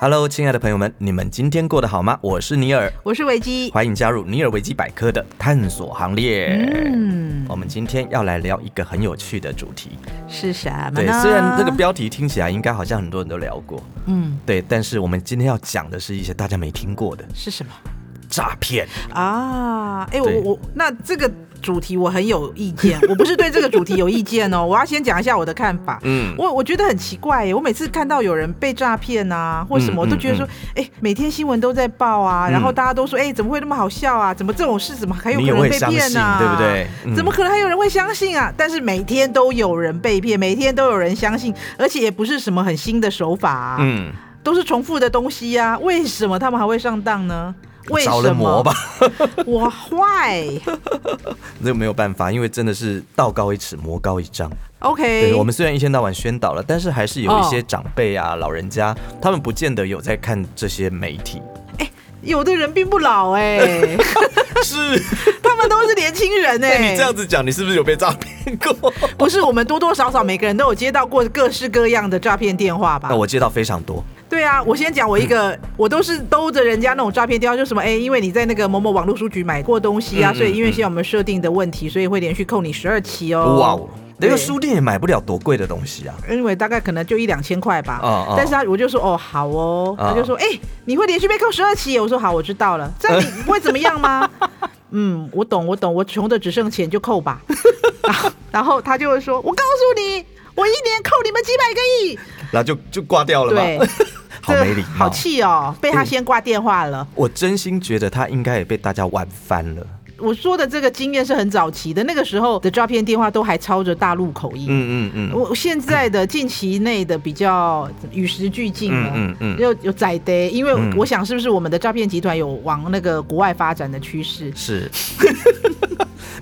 Hello，亲爱的朋友们，你们今天过得好吗？我是尼尔，我是维基。欢迎加入尼尔维基百科的探索行列。嗯，我们今天要来聊一个很有趣的主题。是什么对，呢？虽然这个，标题听起来应该好像很多人都聊过，嗯，对，但是我们今天要讲的是一些大家没听过的是什么诈骗。啊？哎、对我我那这个主题我很有意见， 我不是对这个主题有意见哦，我要先讲一下我的看法。嗯，我我觉得很奇怪耶，我每次看到有人被诈骗啊，或什么，嗯我都觉得说，哎、每天新闻都在报啊，嗯然后大家都说，哎、怎么会那么好笑啊？怎么这种事怎么还有你可也能会被相骗信，啊？对不对？嗯怎么可能还有人会相信啊？但是每天都有人被骗，每天都有人相信，而且也不是什么很新的手法、啊，嗯，都是重复的东西呀、啊，为什么他们还会上当呢？为着什了魔么？吧， 我坏。这没有办法，因为真的是道高一尺，魔高一丈。 OK，对，我们虽然一天到晚宣导了，但是还是有一些哦长辈啊、老人家，他们不见得有在看这些媒体。有的人并不老哎、 是，他们都是年轻人哎、你这样子讲，你是不是有被诈骗 过？不是我们多多少少每个人都有接到过各式各样的诈骗电话吧那？啊我接到非常多，对啊，我先讲我一个，我都是兜着人家那种诈骗电话，就什么哎、因为你在那个某某网络书局买过东西啊，嗯所以因为嗯现在我们设定的问题，所以会连续扣你十二期哦。哇哦，那个对书店也买不了多贵的东西啊。因为大概可能就一两千块吧。哦哦但是他我就说哦好哦，哦他就说哎、你会连续被扣十二期耶，我说好我知道了，这样你会怎么样吗？ 嗯，我懂我懂，我穷的只剩钱就扣吧。 然后然后他就会说，我告诉你，我一年扣你们几百个亿。然后就就挂掉了嘛。对 好这没礼貌，好气哦，被他先挂电话了。我真心觉得他应该也被大家玩翻了。我说的这个经验是很早期的，那个时候的诈骗电话都还抄着大陆口音。嗯嗯嗯，我现在的近期内的比较与时俱进啊了，嗯嗯嗯有有宰的，因为嗯我想是不是我们的诈骗集团有往那个国外发展的趋势？是，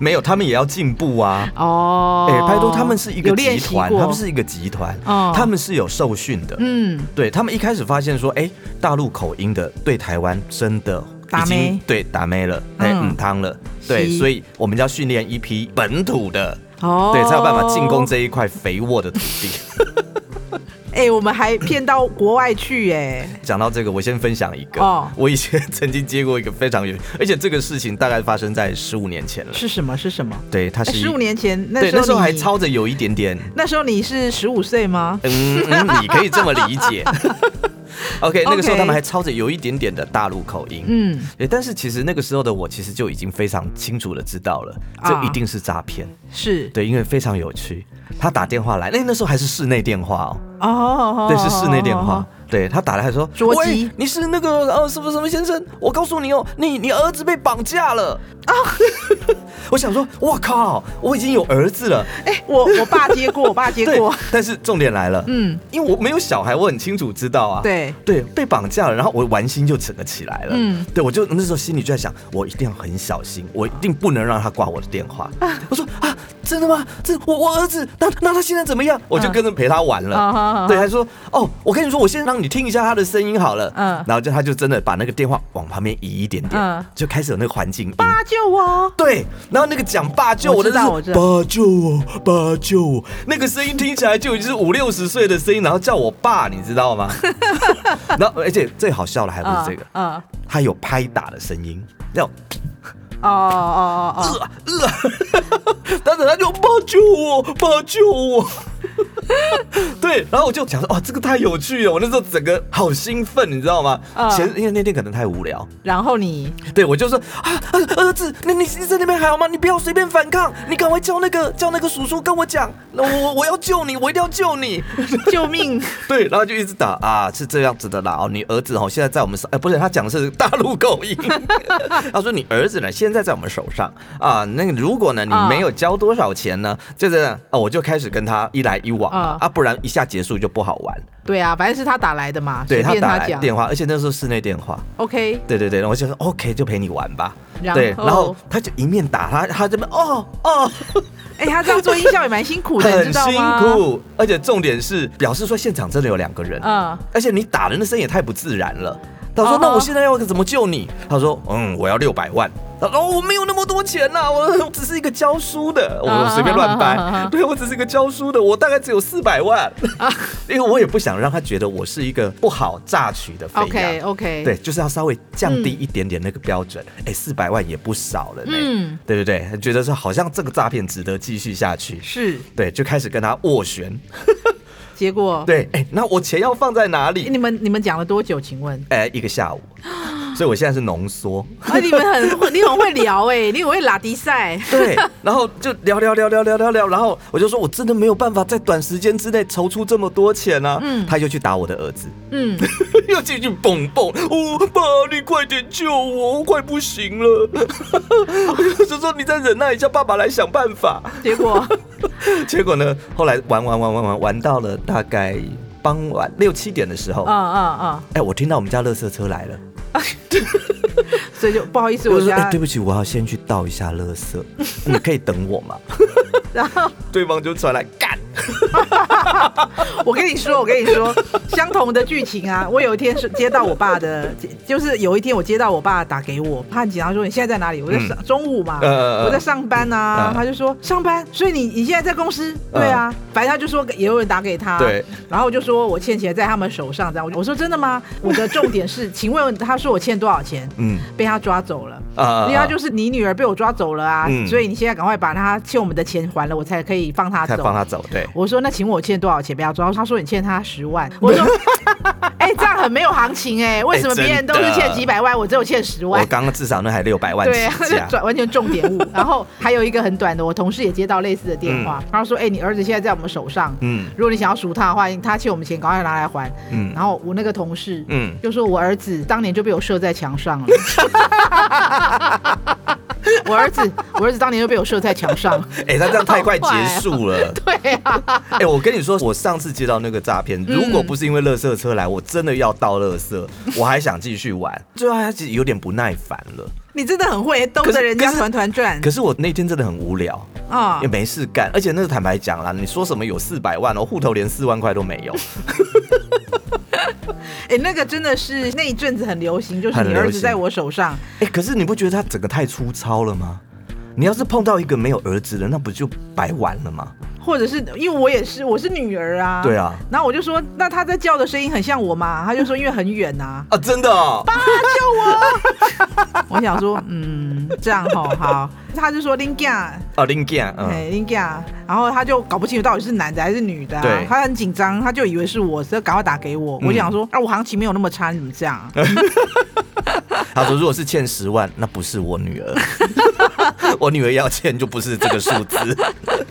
没有，他们也要进步啊。哦，哎、拜托，他们是一有个练集习团，过他们是一个集团，哦他们是有受训的。嗯，对他们一开始发现说，哎、大陆口音的对台湾真的打已经妹对打妹了，哎、嗯嗯，汤了，对，是所以我们要训练一批本土的，哦，对，才有办法进攻。这一块肥沃的土地。 哎、我们还骗到国外去、哎，讲到这个，我先分享一个。哦我以前曾经接过一个非常有，而且这个事情大概发生在十五年前了。是什么？是什么？对，它是一十五，年前那对，时候那时候还你操着有一点点，那时候你是十五岁吗？嗯嗯，你可以这么理 解。OK，那个时候 OK 他们还操着有一点点的大陆口音。嗯，对，但是其实那个时候的我，其实就已经非常清楚的知道了，啊这一定是诈骗。是对，因为非常有趣，他打电话来，那那时候还是室内电话哦，哦，对，是室内电话。对他打来还说：“捉鸡喂，你是那个呃什么什么先生？我告诉你哦，你你儿子被绑架了啊！” 我想说，我靠，我已经有儿子了，哎、我我爸接哎过，我爸 接对过，。但是重点来了，嗯，因为我没有小孩，我很清楚知道啊。对对，被绑架了，然后我玩心就整个起来了。嗯嗯，对，我就那时候心里就在想，我一定要很小心，我一定不能让他挂我的电 话。我说啊，真的吗？这我我儿子，那那他现在怎么样？我就跟着陪他玩啊哈了哈。对，他说哦，我跟你说，我先让你听一下他的声音好了。嗯嗯，然后就他就真的把那个电话往旁边移一点嗯点，就开始有那个环境音。爸救我。对，然后那个讲爸救我我知的道就是爸救我，爸救我，那个声音听起来就已经是五六十岁的声音，然后叫我爸，你知道 吗？然后而且最好笑的还不是这个，嗯，嗯他有拍打的声音，那种哦哦哦哦，呃呃，然后他就爸救我，爸救我。 对，然后我就想说，哦，这个太有趣了，我那时候整个好兴奋，你知道吗？嗯前因为那天可能太无聊，然后你对，我就说啊，儿儿子，那你你在那边还好吗？你不要随便反抗，你赶快叫那个叫那个叔叔跟我讲，那我我我要救你，我一定要救你。救命！对，然后就一直打啊，是这样子的啦。哦，你儿子哦，现在在我们手，哎、不是，他讲的是大陆口音。他说你儿子呢，现在在我们手上啊。那个如果呢，你啊没有交多少钱呢，就这样啊，我就开始跟他一来一往啊啊，啊不然一下结束就不好玩。对啊，反正是他打来的嘛，对随他便打他来讲。电话，而且那时候室内电话。 OK，对对对，然后我就说 OK，就陪你玩吧。然对，后然后他就一面打他，他这边哦哦，哎、他这样做音效也蛮辛 苦的，你知很道辛吗？。苦，而且重点是表示说现场真的有两个人，嗯，而且你打人的声音也太不自然了。他说哦：“那我现在要怎么救你？”他说：“嗯，我要六百万。”他说哦，我没有那么多钱呐、我只是一个教书的，我我随便乱啊啊啊啊掰啊，对我只是一个教书的，我大概只有四百万， 因为我也不想让他觉得我是一个不好榨取的肥羊。 OK OK，对，，就是要稍微降低一点点那个标准。哎、四百、万也不少了呢。嗯对不对？觉得说好像这个诈骗值得继续下去，是。对，就开始跟他斡旋。结果，对，哎，那我钱要放在哪你里？们你们讲了多久？请问？哎，一个下 午，所以我现在是浓 缩。啊，你们很会，你很会聊哎、你很会拉迪赛。对，然后就聊聊聊聊聊聊聊，然后我就说我真的没有办法在短时间之内筹出这么多钱啊。嗯他就去打我的儿子，嗯， 又进去蹦蹦，哦，爸，你快点救我，我快不行了。 我就说你再忍耐一下，爸爸来想办法。结 果，结果呢，后来玩玩玩玩玩玩到了大概傍晚六七点的时候，嗯嗯哎、我听到我们家垃圾车来了，嗯，所以就不好意思，我我就说：“哎、家对不起，我要先去倒一下垃 圾，你可以等我吗然后？”对方就传来干， 我跟你说，我跟你说， 相同的剧情啊！我有一天是接到我爸的，就是有一天我接到我爸打给我，他很紧张说：“你现在在哪里？”我在上、中午嘛，嗯呃我在上班啊。嗯他就说：“上班。”所以你你现在在公司？对啊，反正他就说也有人打给他。对。然后我就说我欠钱在他们手上，这样。我就我说真的吗？我的重点是，请问他说我欠多少钱？嗯被他抓走了。啊因为他就是是你女儿被我抓走了啊，嗯所以你现在赶快把他欠我们的钱还了，我才可以放他才走放。他走，对，我说那请问我欠多少钱被他抓？他说你欠他十万。我说，哎、这样很没有行情哎、为什么哎真的别人都是欠几百 万，我只有欠十我万？刚刚至少那还六百万对起啊，就价， 转完全重点误。然后还有一个很短的，我同事也接到类似的电话，他说：“哎、你儿子现在在我们手上，嗯如果你想要赎他的话，他欠我们钱，赶快拿来还。”嗯然后我那个同事，嗯就说我儿子当年就被我射在墙上了。 我儿子，我儿子当年就被我射在墙上。哎、他这样太快结束了。对啊， 哎、我跟你说，我上次接到那个诈骗，如果不是因为垃圾车来，我真的要倒垃圾，我还想继续玩。最后他其实有点不耐烦了，你真的很会兜可着是人家可是团团转可是我那天真的很无聊，啊也！没事干，而且那个坦白讲啦，你说什么有四百万哦，户头连四万块都没有，哎，那个真的是那一阵子很流行，就是很你流儿子行在我手上。哎、可是你不觉得他整个太粗糙了吗？你要是碰到一个没有儿子的，那不就白玩了吗？或者是因为我也是，我是女儿啊。对啊。然后我就说，那他在叫的声音很像我吗？他就说，因为很远呐、啊，真的、哦，啊。 我想说，嗯，这样吼好。他就说林家，啊，林健，嗯，哎林家，然后他就搞不清楚到底是男的还是女的、啊对，嗯他很紧张，他就以为是我，所以赶快打给我。我想说，啊，我行情没有那么差，你怎么这样 啊？他说如果是欠十 万，那不是我女儿， 我女儿要欠就不是这个数字。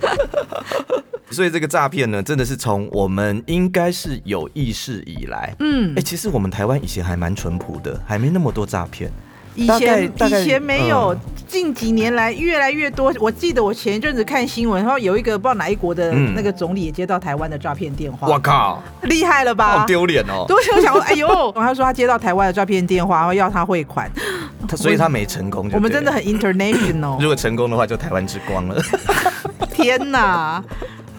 所以这个诈骗呢，真的是从我们应该是有意识以来，嗯哎、，其实我们台湾以前还蛮淳朴的，还没那么多诈骗。以大概前大概以前没有嗯，近几年来越来越多。我记得我前一阵子看新闻，然后有一个不知道哪一国的嗯那个总理也接到台湾的诈骗电我话，靠，厉害了吧？好丢脸哦！都有想过，哎呦，然后他说他接到台湾的诈骗电话，然后要他汇款，他所以他没成功就对了。我们真的很如 international，果成功的 话，就台湾之光 了。天哪！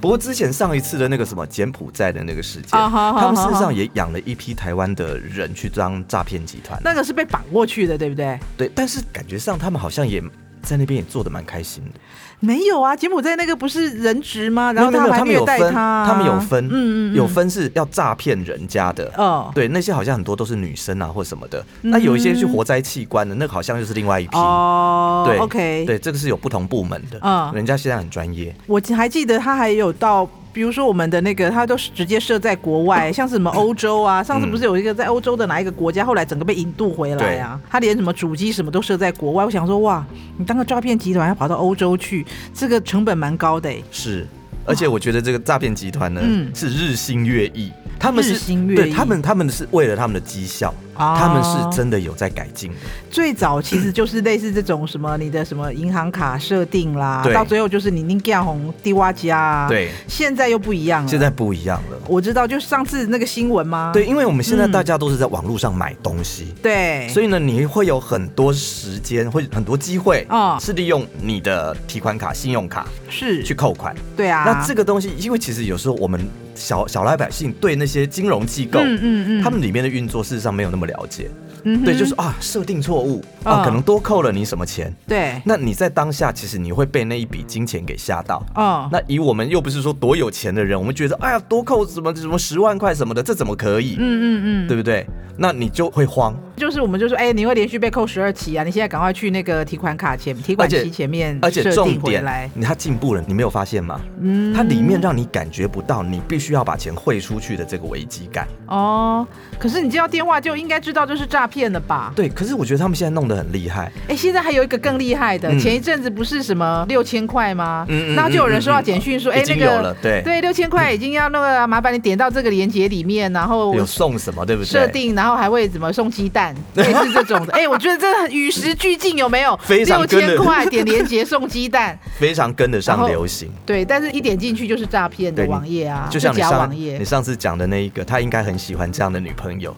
不过之前上一次的那个什么柬埔寨的那个事件，啊好好他们事实好好上也养了一批台湾的人去当诈骗集团。那个是被绑过去的，对不对？对，但是感觉上他们好像也在那边也做的蛮开心的。没有啊，柬埔寨那个不是人质吗？没然有后没有，他没有他们有们还虐待分，啊他们有分，嗯嗯嗯，有分是要诈骗人家的。哦嗯对，那些好像很多都是女生啊，或什么的。那有一些去活摘器官的，那个好像就是另外一批。哦，对，OK，对，这个是有不同部门的。嗯人家现在很专业。我还记得他还有到，比如说我们的那个，他都是直接设在国外，像是什么欧洲啊，上次不是有一个在欧洲的哪一个国家，后来整个被引渡回来啊，他连什么主机什么都设在国外。我想说，哇，你当个诈骗集团要跑到欧洲去，这个成本蛮高的、欸。是，而且我觉得这个诈骗集团呢、嗯是日新月异，他们是日新月异对他们他们是为了他们的绩效，哦他们是真的有在改进的。最早其实就是类似这种什么你的什么银行卡设定啦对，到最后就是你宁干红低洼家啊，，对，现在又不一样了。现在不一样了。我知道，就是上次那个新闻吗？对，因为我们现嗯在大家都是在网络上买东西。对，所以呢，你会有很多时间，会很多机会，哦是利用你的提款卡、信用卡是去扣款。对啊，那这个东西，因为其实有时候我们小小老百姓对那些金融机构，嗯嗯嗯他们里面的运作事实上没有那么了解。嗯哼对，就是啊，设定错误，哦嗯，可能多扣了你什么钱。对，那你在当下，其实你会被那一笔金钱给吓到。哦，那以我们又不是说多有钱的人，我们觉得哎呀，多扣什么什么十万块什么的，这怎么可以？嗯嗯嗯，对不对？那你就会慌，就是我们就说，哎，你会连续被扣十二期啊，你现在赶快去那个提款卡前提款而且期前面而且设重定回点来，，你它进步了，你没有发现吗？嗯，它里面让你感觉不到，你必须要把钱汇出去的这个危机感。哦，可是你接到电话就应该知道这是诈骗了吧？对，可是我觉得他们现在弄得很厉害，哎，现在还有一个更厉害的，嗯前一阵子不是什么六千块吗？嗯嗯然后就有人收到嗯嗯简讯说，哎已，那经有了个，对，嗯对，六千块已经要那个，麻烦你点到这个链接里面，然后有送什么，嗯对不对？哦设定，然后还会怎么送 鸡蛋，类似这种的。哎，我觉得这很与时俱进，有没有？非常六跟千得块点连接送鸡蛋，非常跟得然上后流行。对，但是一点进去就是诈骗的对你网页啊，就像你假上网你页。上次讲的那一个，他应该很喜欢这样的女朋友，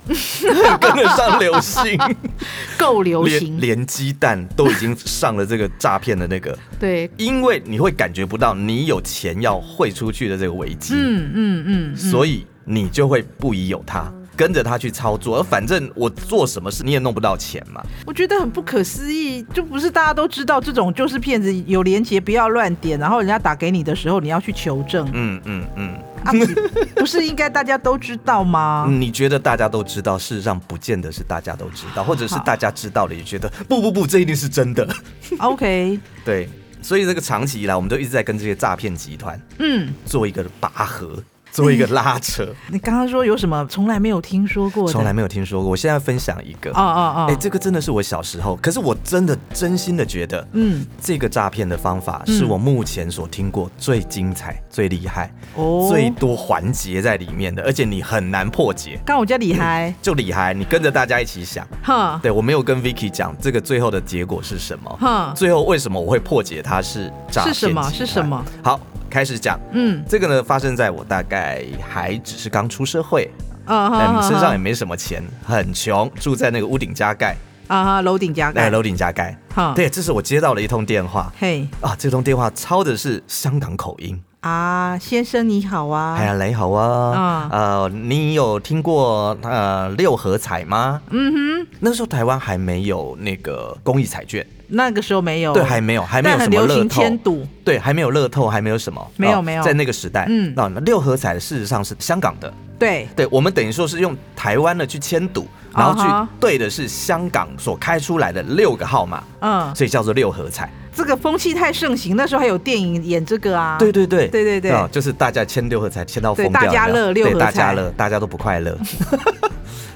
跟得上流行， 够 流连行，连鸡蛋都已经上了这个诈骗的那个，对，因为你会感觉不到你有钱要汇出去的这个危机，嗯嗯嗯，所以你就会不疑有他。跟着他去操作，而反正我做什么事你也弄不到钱嘛。我觉得很不可思议，就不是大家都知道这种就是骗子，有连接不要乱点，然后人家打给你的时候你要去求证，嗯嗯嗯 啊、不不是应该大家都知道吗？嗯，你觉得大家都知道，事实上不见得是大家都知道，或者是好大家知道了也觉得不不不，这一定是真的。 啊 OK，对，所以这个长期以来，我们都一直在跟这些诈骗集团嗯，做一个拔河，做一个拉扯，你刚刚说有什么从来没有听说嗯过的？从来没有听说过。我现在分享一个，哦哦哦，哎、这个真的是我小时候，可是我真的真心的觉得，嗯这个诈骗的方法嗯是我目前所听过最精彩、最厉害、哦，最多环节在里面的，而且你很难破解。刚我叫李海，就厉害，你跟着大家一起想。哈对我没有跟 Vicky 讲这个最后的结果是什么。哈，最后为什么我会破解它是诈骗是什么集团是什么？好，开始讲。嗯这个呢，发生在我大概还只是刚出社会，啊嗯，身上也没没什么钱，很穷，住在那个屋顶加盖，啊哈楼顶加哎，盖，啊楼顶加盖。哈，对，这是我接到了一通电话嘿啊，这通电话抄的是香港口音。啊先生你好啊，哎呀，你好啊，呃，你有听过呃六合彩吗？嗯哼，那时候台湾还没有那个公益彩券，那个时候没有，对，还没有，还没有哦但什么很流乐行透添，堵，对，还没有乐透，还没有什么，没有哦没有在那个时代，嗯嗯，那六合彩事实上是香港的，对，对，我们等于说是用台湾的去签赌，然后啊哈去对的是香港所开出来的六个号码，嗯，所以叫做六合彩。这个风气太盛行，那时候还有电影演这个啊，对对对对对对啊，就是大家签六合彩签到疯对掉，大家有没有乐六合对大家彩乐，大家都不快 乐。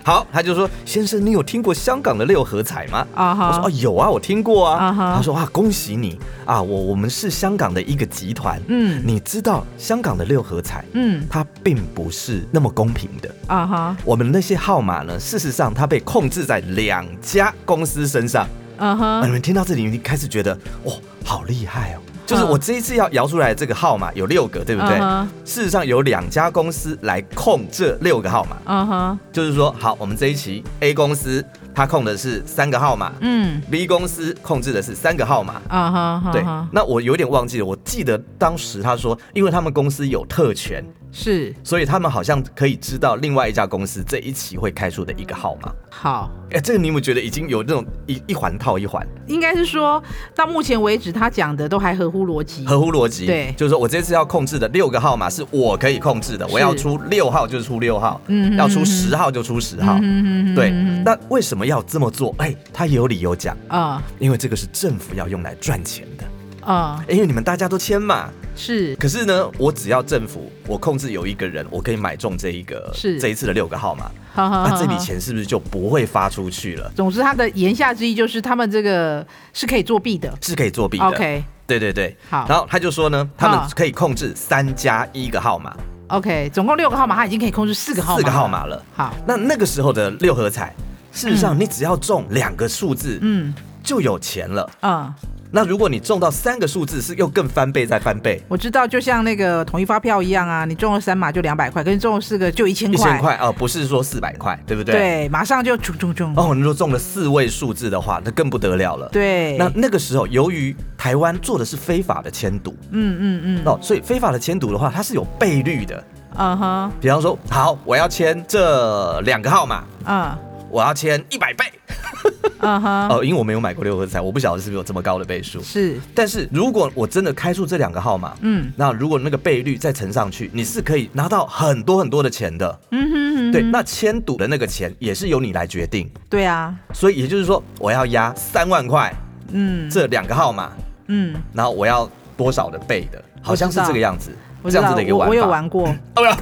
好，他就说：“先生，你有听过香港的六合彩吗？”啊我说：“哦，哈，有啊，我听过啊。啊哈他说：“啊，恭喜你啊，我我们是香港的一个集团。嗯你知道香港的六合彩，嗯它并不是那么公平的。啊哈，我们那些号码呢，事实上它被控制在两家公司身上。嗯啊、你哼，们听到这里，你开始觉得哇、好厉害哦！就是我这一次要摇出来的这个号码有六个，对不对嗯嗯哼事实上有两家公司来控这六个号码，嗯哼，就是说，好，我们这一期 A 公司它控的是三个号码、嗯 b 公司控制的是三个号码。啊哈，哈对哈，那我有点忘记了，我记得当时他说，因为他们公司有特权，是所以他们好像可以知道另外一家公司这一期会开出的一个号码。好。哎、这个你有没有觉得已经有那种一一环套一环，应该是说到目前为止，他讲的都还合乎逻辑。合乎逻辑？对就是说我这次要控制的六个号码是我可以控制的，是我要出六号就出六号，嗯要出十号就出十号。嗯对，那为什么要这么做？哎、他也有理由讲，啊因为这个是政府要用来赚钱的，啊、因为你们大家都签嘛。是可是呢，我只要政府我控制有一个人，我可以买中这一个是啊这一次的六个号码，哈哈哈那哈啊这笔钱是不是就不会发出去了？总之，他的言下之意就是他们这个是可以作弊的。是可以作弊的。 OK 对对对，好然后他就说呢，他啊们可以控制三加一个号码， OK，总共六个号码，他已经可以控制四个号码。四个号。码了。好，那那个时候的六合彩，事实上你只要中两个数字嗯就有钱了。嗯，那如果你中到三个数字，是又更翻倍再翻倍，我知道，就像那个统一发票一样啊，你中了三码就两百块，跟你中了四个就一千一块。千块哦，不是说四百块，对不对？。对，马上就冲冲冲。哦，你如果中了四位数字的话，那更不得了了。。对，那那个时候，由于台湾做的是非法的迁赌，嗯嗯嗯，哦，所以非法的迁赌的话，它是有倍率的。嗯哼，比方说，好，我要签这两个号码，嗯，我要签一百倍。嗯哼，哦，因为我没有买过六合彩，我不晓得是不是有这么高的倍数。是，但是如果我真的开出这两个号码，嗯那如果那个倍率再乘上去，你是可以拿到很多很多的钱的。嗯哼嗯哼，对，那签赌的那个钱也是由你来决定。对啊，所以也就是说，我要压三万块嗯这两个号码，嗯，然后我要多少的倍的，好像是这个样子，我这知样道子的一，个我玩法。我有 玩过，哦呀，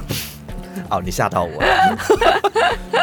哦，你吓到我了。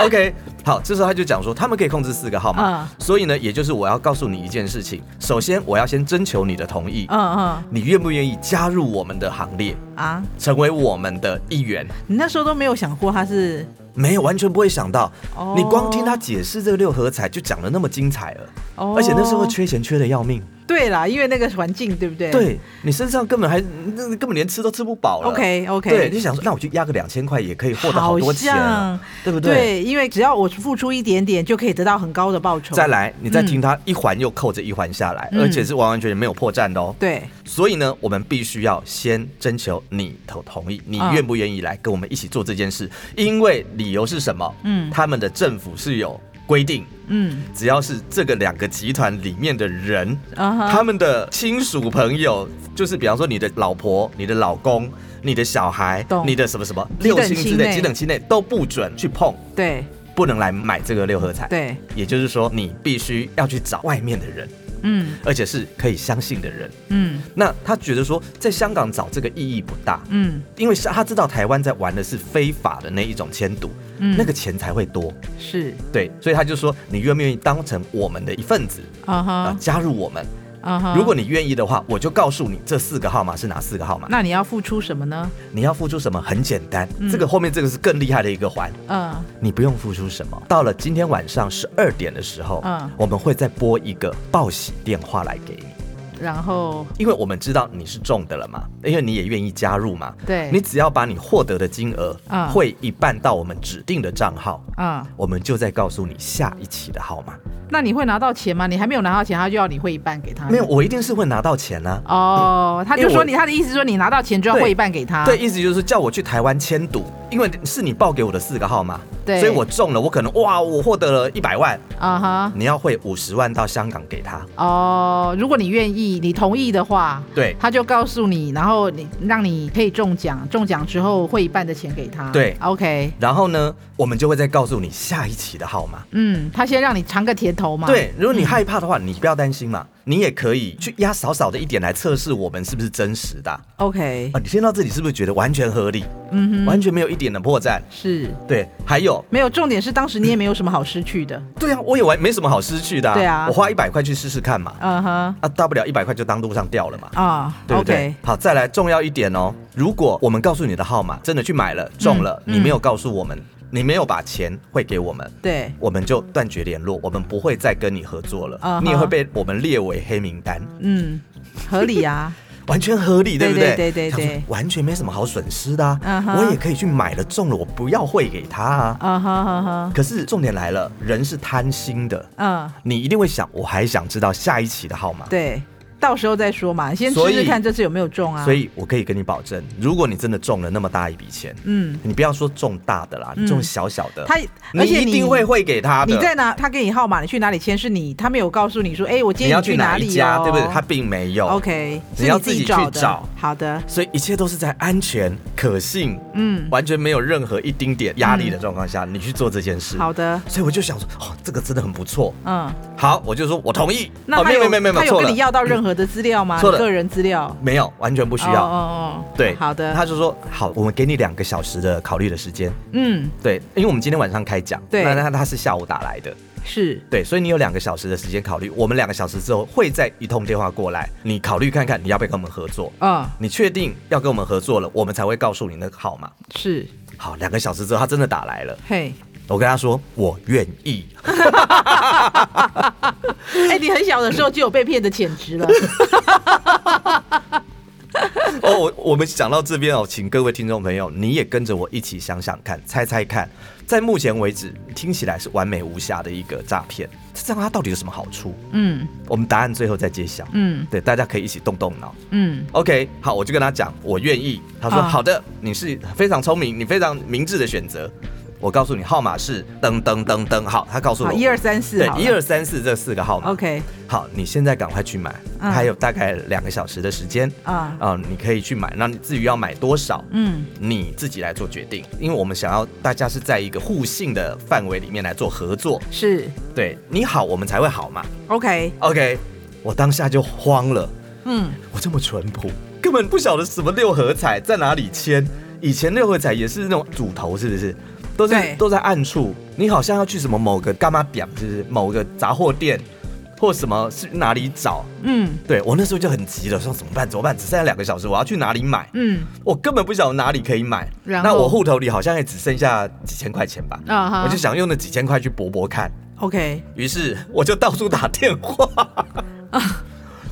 OK，好，这时候他就讲说，他们可以控制四个号码，嗯所以呢，也就是我要告诉你一件事情，首先我要先征求你的同意，嗯你愿不愿意加入我们的行列，嗯啊，成为我们的一员？你那时候都没有想过他是没有，完全不会想到，哦你光听他解释这个六合彩就讲的那么精彩了，哦而且那时候缺钱缺的要命，对啦，因为那个环境对不对？对你身上根本还那根本连吃都吃不饱了。 ，OK OK，对，你就想说，那我就压个两千块也可以获得好多钱好啊，像对不对？对，因为只要我付出一点点，就可以得到很高的报酬。再来，你再听它一环又扣着一环下来，嗯而且是完完全全没有破绽的哦。对，所以呢，我们必须要先征求你的同意，你嗯愿不愿意来跟我们一起做这件事？因为理由是什么？嗯他们的政府是有规定，嗯，只要是这个两个集团里面的人，啊哈他们的亲属朋友，就是比方说你的老婆、你的老公、你的小孩懂、你的什么什么几等六亲之亲内、内几等亲内都不准去碰，对不能来买这个六合彩。对，也就是说，你必须要去找外面的人，嗯而且是可以相信的人。嗯那他觉得说，在香港找这个意义不大，嗯，因为他知道台湾在玩的是非法的那一种签赌，嗯那个钱才会多。是对，所以他就说，你愿不愿意当成我们的一份子啊啊、哈加入我们？啊哈。如果你愿意的话，我就告诉你这四个号码是哪四个号码。那你要付出什么呢？你要付出什么？很简单，嗯这个后面这个是更厉害的一个环，嗯你不用付出什么。到了今天晚上十二点的时候，嗯我们会再拨一个报喜电话来给你。然后因为我们知道你是中的了嘛，因为你也愿意加入嘛。对你只要把你获得的金额嗯汇一半到我们指定的账号，啊、我们就再告诉你下一期的号码。那你会拿到钱吗？你还没有拿到钱，他就要你汇一半给他。没有，我一定是会拿到钱啊。哦，他因就为我说你他的意思说你拿到钱就要对汇一半给他。对，意思就是叫我去台湾签赌，因为是你报给我的四个号码，对所以我中了，我可能哇，我获得了一百万，啊哈你要汇五十万到香港给他。哦，如果你愿意，你同意的话，对他就告诉你，然后你让你可以中奖，中奖之后汇一半的钱给他。对，OK，然后呢，我们就会再告诉你下一期的号码。嗯，他先让你尝个甜头嘛。对，如果你害怕的话，你不要担心嘛，你也可以去压少少的一点来测试我们是不是真实的啊。 ，OK，啊你听到这里是不是觉得完全合理？嗯哼，完全没有一点的破绽。是对，还有，没有重点是当时你也没有什么好失去的。对啊，我也完没什么好失去的、对啊我花一百块去试试看嘛，嗯哼，啊，大不了一百块就当路上掉了嘛。啊对不对，OK，好，再来重要一点哦。如果我们告诉你的号码真的去买了中了，嗯你没有告诉我们，你没有把钱汇给我们，对，我们就断绝联络，我们不会再跟你合作了。啊哈你也会被我们列为黑名单，嗯，合理啊，完全合理，不对？对对对对想说完全没什么好损失的、啊。嗯哼我也可以去买了中了，我不要汇给他 啊。啊哈哈哈，可是重点来了，人是贪心的，嗯，你一定会想，我还想知道下一期的号码。对，到时候再说嘛，先所试以试看这次有没有中啊。所，以我可以跟你保证，如果你真的中了那么大一笔钱，嗯，你不要说中大的啦，嗯你中小小的，他你而且一定会汇给他的。你在哪？他给你号码，你去哪里签？是你，他没有告诉你说，哎、我今你天要去去哪里一家，哦对不对？他并没有。 OK，是你要自自己找的。去找好的，所以一切都是在安全、可信，嗯，完全没有任何一丁点压力的状况下，你去做这件事。好的，所以我就想说，哦，这个真的很不错。嗯。好，我就说我同意。那哦，他没有、有没有没有没他有有错跟了你，要到任何的资料吗？错你了个人资料没有完全不需哦要。哦哦，对，好的，他就说好，我们给你两个小时的考虑的时间。嗯对，因为我们今天晚上开讲，对那那他是下午打来的，是对，所以你有两个小时的时间考虑，我们两个小时之后会再一通电话过来，你考虑看看你要不要跟我们合作，嗯你确定要跟我们合作了，我们才会告诉你那个号码。是好，两个小时之后他真的打来了，嘿，我跟他说我愿意，哎、你很小的时候就有被骗的潜质了，哦，我我们讲到这边哦，请各位听众朋友，你也跟着我一起想想看，猜猜看，在目前为止听起来是完美无瑕的一个诈骗，这样它到底有什么好处？嗯我们答案最后再揭晓。嗯对，大家可以一起动动脑。嗯 OK，好，我就跟他讲，我愿意。他说、啊好的，你是非常聪明，你非常明智的选择。我告诉你号码是噔噔噔噔，好，他告诉我好，一二三四，对好了一二三四这四个号码。 ，OK，好，你现在赶快去买，嗯还有大概两个小时的时间啊啊、你可以去买。那你至于要买多少，嗯，你自己来做决定，因为我们想要大家是在一个互信的范围里面来做合作，是对你好，我们才会好嘛。 OK， OK，我当下就慌了，嗯，我这么淳朴，根本不晓得什么六合彩在哪里签。以前六合彩也是那种主头，是不是？都对在都在暗处，你好像要去什么某个干嘛点，就是某个杂货店，或什么是哪里找？嗯对我那时候就很急了，说怎么办？怎么办？只剩下两个小时，我要去哪里买？嗯，我根本不晓得哪里可以买。然那后我户头里好像也只剩下几千块钱吧，啊哈我就想用那几千块去搏搏看。 OK，于是我就到处打电话，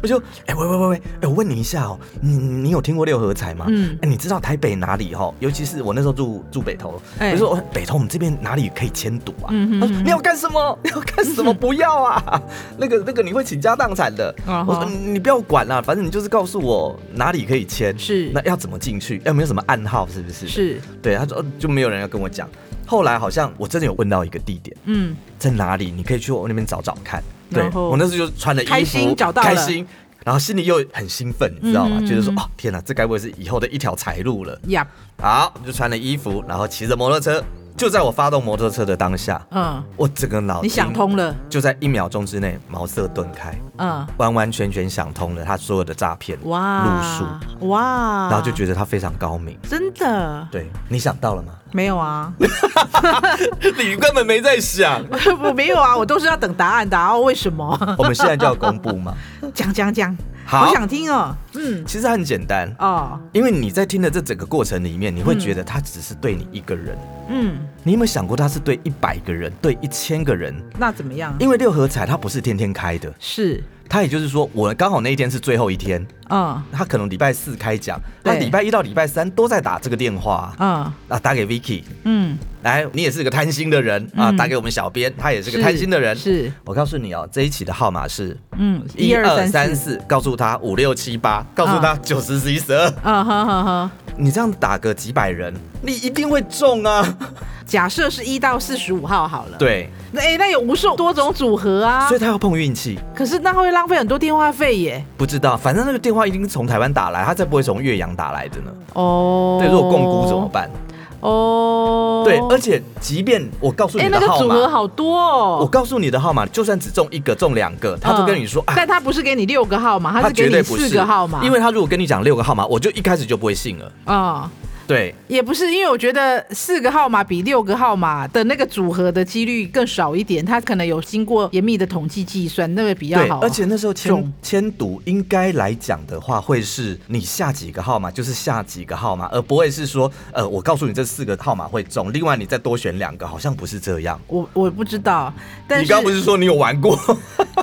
我就哎、喂喂喂喂，哎、我问你一下哦，你你有听过六合彩吗？嗯哎、你知道台北哪里哦？尤其是我那时候住住北投，我哎就说哦北投我们这边哪里可以签赌啊？嗯哼他说嗯哼你要干什么？你要干什 么？不要啊！那个那个你会倾家荡产的。啊哈我说嗯你你不要管啦、反正你就是告诉我哪里可以签，是那要怎么进去？要没有什么暗号是不是？，是，对，他说、哦就没有人要跟我讲。后来好像我真的有问到一个地点。嗯在哪里，你可以去我那边找找看。对然后我那时候就穿了衣服，开心找到了开心，然后心里又很兴奋，你知道吗？嗯嗯觉得说嗯哦，天哪，这该不会是以后的一条财路了？呀，好，我就穿了衣服，然后骑着摩托车。就在我发动摩托车的当下，嗯，我整个脑你筋想，通了，就在一秒钟之内茅塞顿开，嗯，完完全全想通了他所有的诈骗路数，哇，哇，然后就觉得他非常高明。真的对你想到了吗？没有啊， 你根本没在想。我 没有啊，我都是要等答案的啊，为什么？ 我们现在就要公布吗？讲讲讲，好想听哦，嗯，其实很简单，哦，因为你在听的这整个过程里面，你会觉得他只是对你一个人，嗯，你有没有想过他是对一百个人、对一千个人？那怎么样？因为六合彩它不是天天开的，是，它也就是说，我刚好那一天是最后一天，嗯他可能礼拜四开奖，对他礼拜一到礼拜三都在打这个电话嗯啊，打给 Vicky，嗯，来，你也是个贪心的人啊，嗯打给我们小编，他嗯也是个贪心的人。是，我告诉你哦，这一期的号码是嗯，一二三四，四，告诉他五六七八，告诉他九十十一十二，嗯哼哼哼，你这样打个几百人，你一定会中啊！假设是一到四十五号好了，，对，那哎，那有无数多种组合啊所，以他要碰运气，可是那会浪费很多电话费耶，不知道，反正那个电话一定是从台湾打来，他才不会从岳阳打来的呢。哦，对，如果共估怎么？办？哦，对，而且即便我告诉哎，你那的个号组合码，好多我哦。告诉你的号码，就算只中一个、中两个，他都跟你说嗯啊。但他不是给你六个号码，他是绝给对你不是四个号码，因为他如果跟你讲六个号码，我就一开始就不会信了。啊、对，也不是，因为我觉得四个号码比六个号码的那个组合的几率更少一点，它可能有经过严密的统计计算，那个比较对，好。啊而且那时候中签签赌应该来讲的话，会是你下几个号码就是下几个号码，而不会是说，呃，我告诉你这四个号码会中，另外你再多选两个，好像不是这样。我我不知道，但你是刚刚不是说你有玩 过？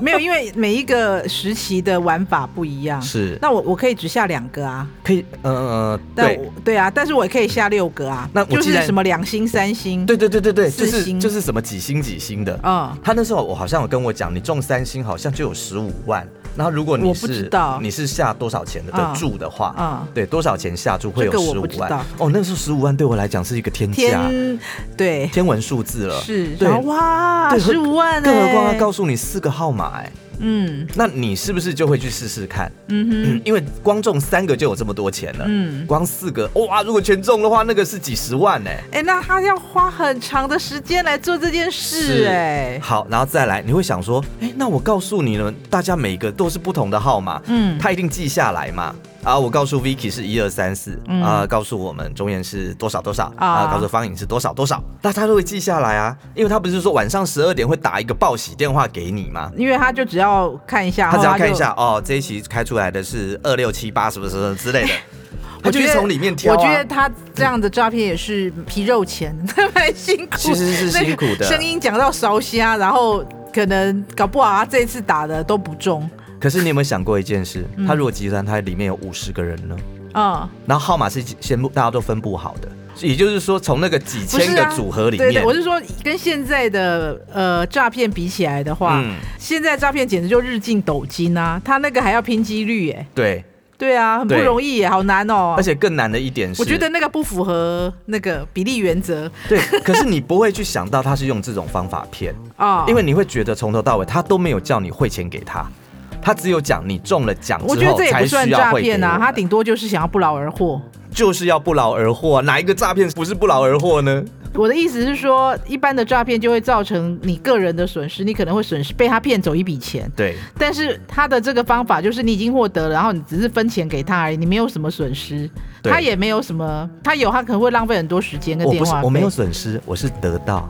没有，因为每一个时期的玩法不一样。是那我我可以只下两个啊，可以，呃呃，但对我对啊，但是我也可以下六个啊。那我就既是然什么两星、三星，对对对对对，就四是星就是什么几星几星的。嗯，他那时候我好像有跟我讲，你中三星好像就有十五万。然后如果你我是不知道你是下多少钱的啊的注的话，啊对多少钱下注会有这个我十不五知万道。哦，那时候十五万对我来讲是一个天价。天对天文数字了，是，对然后哇，对十五万欸呢、更何况他告诉你四个号码、哎，嗯那你是不是就会去试试看？嗯哼。 因为光中三个就有这么多钱了，嗯光四个哇，如果全中的话，那个是几十万呢、哎哎、那他要花很长的时间来做这件事、哎，好，然后再来，你会想说，哎、那我告诉你呢，大家每个都是不同的号码，嗯他一定记下来嘛。啊，我告诉 Vicky 是一二三四，嗯啊，告诉我们钟岩是多少多少，啊啊，告诉方颖是多少多少，大家都会记下来啊，因为他不是说晚上十二点会打一个报喜电话给你吗？因为他就只要看一下，他只要后就看一下，哦，这一期开出来的是二六七八什么什么之类的， 我他就觉是得从里面挑、啊。我觉得他这样的诈骗也是皮肉钱， 蛮辛苦，其实是辛苦的那个声音讲到烧虾，然后可能搞不好他这次打的都不中，可是你有没有想过一件事？他如果集团他里面有五十个人呢，嗯，然后号码是先大家都分布好的，也就是说从那个几千个组合里啊对面对，，我是说跟现在的呃诈骗比起来的话，嗯现在诈骗简直就日进斗金啊，他那个还要拼几率、哎，对对啊，很不对容易耶，好难哦。而且更难的一点是，我觉得那个不符合那个比例原则 对，可是你不会去想到他是用这种方法骗，啊，因为你会觉得从头到尾他都没有叫你汇钱给他，他只有讲你中了奖我之觉得后这也才不算需要诈汇给骗啊，我他顶多就是想要不劳而获。就是要不劳而获啊、哪一个诈骗不是不劳而获呢？我的意思是说，一般的诈骗就会造成你个人的损失，你可能会损失被他骗走一笔钱。对，但是他的这个方法就是你已经获得了，然后你只是分钱给他而已，你没有什么损失，对他也没有什么，他有他可能会浪费很多时间跟我电不是话费。我没有损失，我是得到。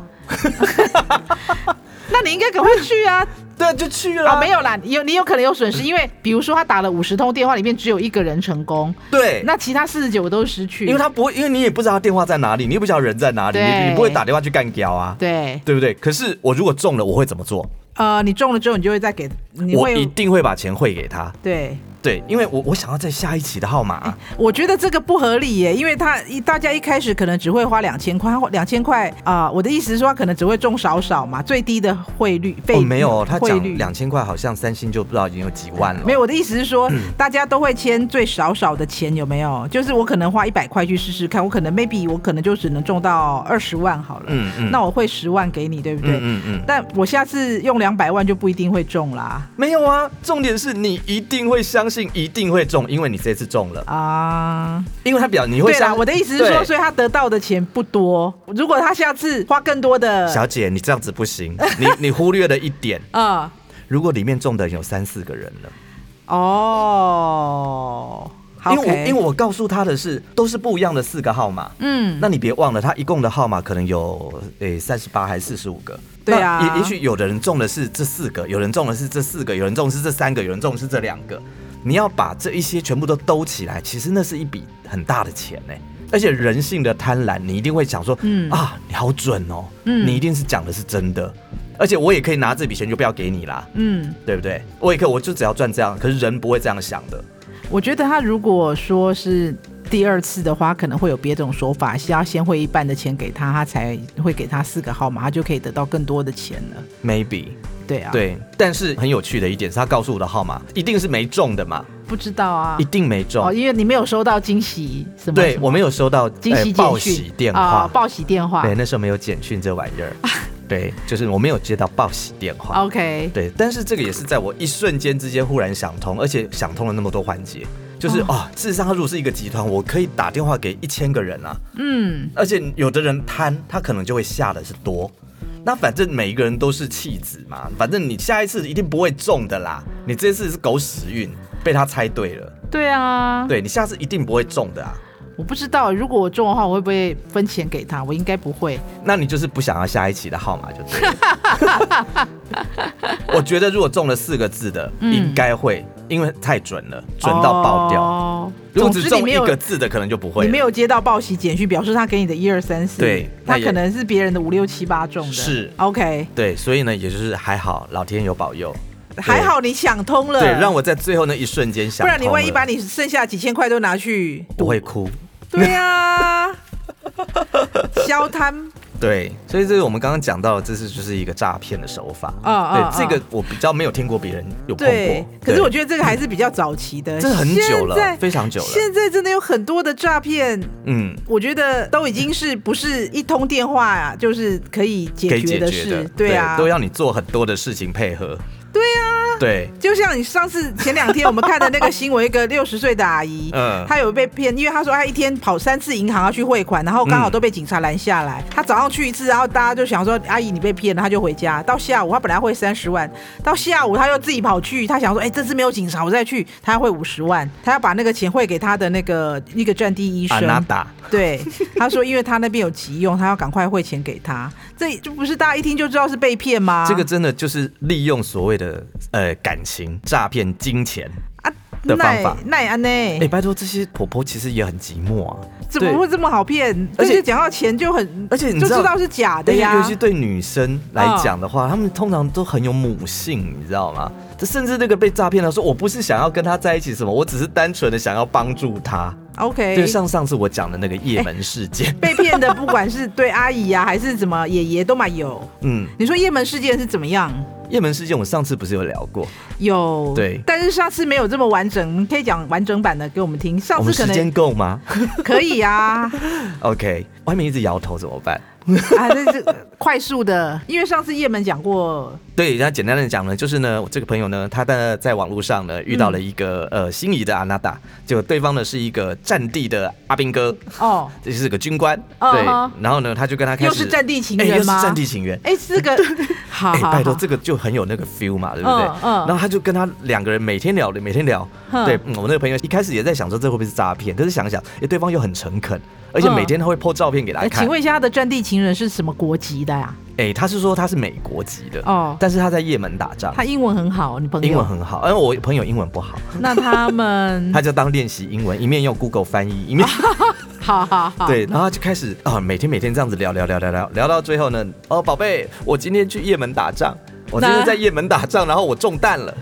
那你应该赶快去啊！ 对，就去了啊，没有啦，有你有可能有损失，因为比如说他打了五十通电话，里面只有一个人成功，对，那其他四十九个都失去。因为他不会，因为你也不知道他电话在哪里，你也不晓得人在哪里，对你你不会打电话去干掉啊，对，对不对？可是我如果中了，我会怎么做？呃，你中了之后，你就会再给，你我一会定会把钱汇给他，对。对，因为我我想要在下一期的号码啊、我觉得这个不合理耶，因为他一大家一开始可能只会花两千块，两千块啊、我的意思是说，他可能只会中少少嘛，最低的汇率费、哦，没有，他汇讲率两千块，好像三星就不知道已经有几万了。没有，我的意思是说，嗯大家都会签最少少的钱，有没有？就是我可能花一百块去试试看，我可能 maybe 我可能就只能中到二十万好了，嗯嗯那我会十万给你，对不对？嗯嗯嗯，但我下次用两百万就不一定会中啦没有啊。重点是你一定会相信，一定会中，因为你这次中了，啊！因为他表你会对啦，相。我的意思是说，对所以他得到的钱不多。如果他下次花更多的，小姐，你这样子不行，你你忽略了一点，啊、如果里面中的有三四个人了，哦，好因为我 OK 因为我告诉他的是都是不一样的四个号码。嗯，那你别忘了，他一共的号码可能有诶三十八还是四十五个。对啊那也也许有的人中的是这四个，有人中的是这四个，有人中的是这三个，有人中的是这两个。你要把这一些全部都兜起来，其实那是一笔很大的钱呢、而且人性的贪婪，你一定会想说，嗯啊，你好准哦，嗯你一定是讲的是真的，而且我也可以拿这笔钱就不要给你啦，嗯，对不对？我也可以，我就只要赚这样。可是人不会这样想的，我觉得他如果说是第二次的话，可能会有别种说法，是要先汇一半的钱给他，他才会给他四个号码，他就可以得到更多的钱了。 maybe 对啊，，对，但是很有趣的一点是，他告诉我的号码一定是没中的嘛，不知道啊一，定没中。哦，因为你没有收到惊喜什么，对什么我没有收到哎惊喜简讯、报喜电话啊，报啊喜电话对，那时候没有简讯这玩意儿，对，就是我没有接到报喜电哦话。 ，OK，对，但是这个也是在我一瞬间之间忽然想通，而且想通了那么多环节，就是哦哦事实上，它如果是一个集团，我可以打电话给一千个人啊，嗯，而且有的人贪，他可能就会下的是多。那反正每一个人都是弃子嘛，反正你下一次一定不会中的啦，你这次是狗屎运，被他猜对了，对啊，对你下次一定不会中的啊。我不知道，如果我中的话，我会不会分钱给他？我应该不会。那你就是不想要下一期的号码就对了。 我觉得如果中了四个字的，嗯应该会，因为太准了，准到爆掉。哦、如果总只之你中没一有个字的，可能就不会你了。没有接到报喜简讯，表示他给你的一二三四，对他那也可能是别人的五六七八中的，是 OK，对，所以呢，也就是还好，老天有保佑。还好你想通了，对，让我在最后那一瞬间想不通了，然你万一把你剩下几千块都拿去我赌，会哭。对呀、 啊，消贪，对，所以这是我们刚刚讲到的，这是就是一个诈骗的手法。啊啊对，这啊个我比较没有听过别人有碰对过，。可是我觉觉得这个还是比较早期的，得这很久了现在，非常久了。现在真的有很多的诈骗，嗯，我觉得都已经是不是一通电话啊，就是可以可解以决解的决事，的，对啊，都要你做很多的事情配合。对啊。对，就像你上次前两天我们看的那个新闻，一 个六十岁的阿姨，嗯她有被骗，因为她说她一天跑三次银行要去汇款，然后刚好嗯都被警察拦下来。她早上去一次，然后大家就想说阿姨你被骗了，她就回家。到下午她本来汇三十万，到下午她又自己跑去，她想说哎、这次没有警察我再去，她要汇五十万，她要把那个钱汇给她的那个一个战地医阿生。纳达，对，她说因为她那边有急用，她要赶快汇钱给他。这就不是大家一听就知道是被骗吗？这个真的就是利用所谓的呃感情诈骗金钱。啊，的方法那也安呢？哎、拜托，这些婆婆其实也很寂寞啊。怎么对会这么好骗？而而且且讲到钱就很，而且你就知道知道是假的尤啊呀其。对女生来讲的话，她、们通常都很有母性，你知道吗？这甚至那个被诈骗的说，我不是想要跟他在一起什么，我只是单纯的想要帮助他。就 OK，像上次我讲的那个夜门事件，被骗啊 的不管是对阿姨呀、还是怎么爷爷都蛮有。嗯，你说叶门事件是怎么样？雁门事件，我上次不是有聊过？有对但是上次没有这么完整，你可以讲完整版的给我们听。上我次们时可间能够吗 可以啊， ？OK，外面一直摇头怎么办？啊，这是快速的，因为上次叶门讲过，对，那简单的讲呢，就是呢，我这个朋友呢，他在在网络上呢遇到了一个、呃心仪的阿娜达，就对方呢是一个战地的阿兵哥，哦，这是个军官，嗯对哼，然后呢，他就跟他开始又是战地情哎缘又是吗战地情缘。哎、这个好哎、好好，拜托，这个就很有那个 feel 嘛，对不对？嗯嗯然后他就跟他两个人每天聊，每天聊。哼对、嗯我那个朋友一开始也在想说这会不会是诈骗，可是想想，哎、对方又很诚恳，而且每天他会 po 照片给他哎看请。问一下，他的战地情人是什么国籍的呀、哎、他是说他是美国籍的，哦但是他在也门打仗，他英文很好，你朋友英文很好，因为我朋友英文不好，那他们他就当练习英文，一面用 Google 翻译，一面、好好好，对，然后就开始啊，每天每天这样子聊聊聊聊聊，聊到最后呢，哦，宝贝，我今天去也门打仗，我今天那在也门打仗，然后我中弹了，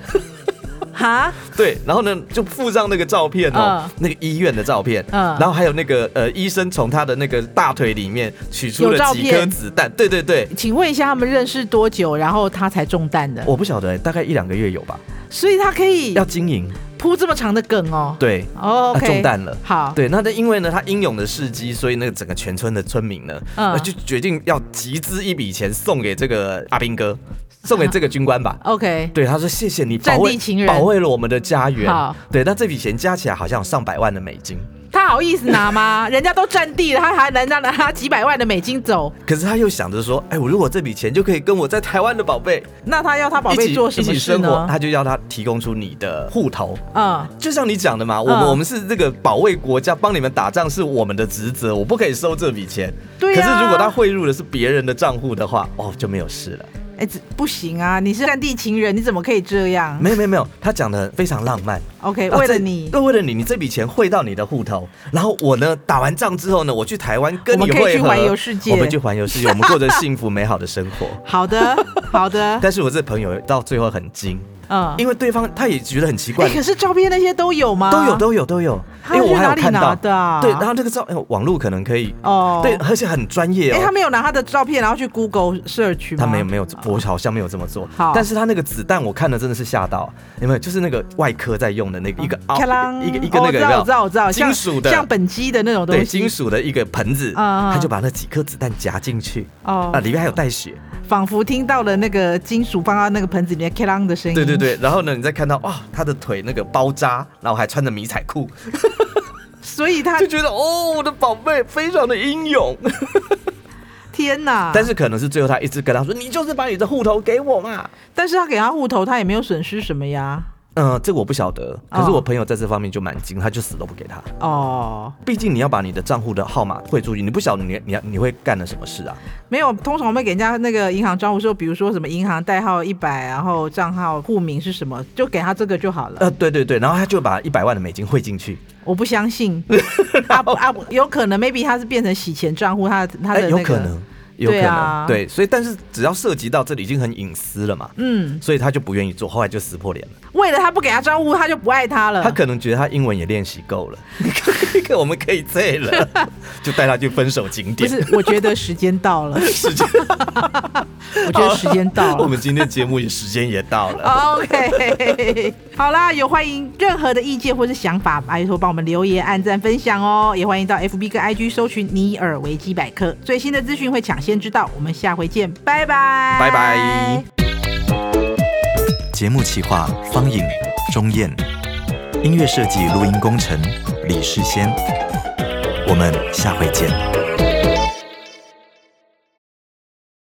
哈，对，然后呢就附上那个照片哦，嗯那个医院的照片，嗯然后还有那个呃医生从他的那个大腿里面取出有了照几颗片子弹，对对对。请问一下，他们认识多久，然后他才中弹的？我不晓得、大概一两个月有吧。所以他可以要经营，铺这么长的梗哦。对，哦他，OK，中弹了。好，对，那但因为呢，他英勇的事迹，所以那个整个全村的村民呢，嗯呃就决定要集资一笔钱送给这个阿兵 哥，送给这个军官吧。 ，OK，对，他说谢谢你战保地卫情人保卫了我们的家园好。对，那这笔钱加起来好像有上百万的美金，他好意思拿 吗？人家都占地了，他还人家拿他几百万的美金走，可是他又想着说，哎，我如果这笔钱就可以跟我在台湾的宝贝那他要他宝一贝起做什一么起事生活，呢？他就要他提供出你的户头。嗯，就像你讲的嘛，我们、嗯我们是这个保卫国家、帮你们打仗是我们的职责，我不可以收这笔钱。对可啊是如果他汇入的是别人的账户的话，哦，就没有事了。哎，这不行啊，你是占地情人，你怎么可以这样没有没有没有，他讲的非常浪漫。 ？OK，啊哎为了这你，对，为了你，你这笔钱汇到你的户头，然后我呢，打完仗之后呢，我去台湾跟我你们可以汇去合，环游世界我们去环游世界，我们过着幸福美好的生 活。好 的，好的，但是我这朋友到最后很惊，嗯，因为对方他也觉得很奇怪哎，，可是照片那些都有吗？都有都有都有，他因为我是还有哪里看拿到的啊对，然后这个照，哎呦网络可能可以哦，对，而且很专业哎、他哦。没有拿他的照片，然后去 Google search 吗？哦他没有没有，我好像没有这么做好。但是他那个子弹我看了真的是吓到，有没有？就是那个外科在用的那哦个一个凹咔啷，一个一个那个有没哦我知有？道，我知道，我知道，金属的像像本机的那种东对，西，金属的一个盆子，嗯嗯他就把那几颗子弹夹进去，哦啊，，里面还有带血。仿佛听到了那个金属放到那个盆子里面咔啷的声音。对对，对，然后呢，你再看到哇，他的腿那个包扎，然后还穿着迷彩裤，所以他就觉得哦，我的宝贝非常的英 勇。天哪！但是可能是最后他一直跟他说，你就是把你的户头给我嘛。但是他给他户头，他也没有损失什么呀。嗯，这个我不晓得，可是哦我朋友在这方面就蛮精，他就死都不给他。哦，毕竟你要把你的账户的号码汇出去，你不晓得你你你会干了什么事啊？没有，通常我们给人家那个银行账户说，比如说什么银行代号一百，然后账号户名是什么，就给他这个就好了。呃，对对对，然后他就把一百万的美金汇进去，我不 相信，啊不啊不，有可能 maybe 他是变成洗钱账户，他的他哎、的、那个有可能，有可对能，啊对，所以但是只要涉及到这里已经很隐私了嘛，嗯，所以他就不愿意做，后来就撕破脸了。为了他不给他招呼，他就不爱他了。他可能觉得他英文也练习够了， 可我们可以醉了， 就带他去分手景不点。是，我觉得时间到了， 时间， 我觉得时间到我了。们今天节目也时间也到了。 OK，好啦，有欢迎任何的意见或是想法，拜托帮我们留言、按赞、分享哦。也欢迎到 FB 跟 IG 搜寻尼尔维基百科，最新的资讯会抢先知道。我们下回见，拜拜，拜拜。节目企划：方颖、钟燕，音乐设计、录音工程：李世先。我们下回见。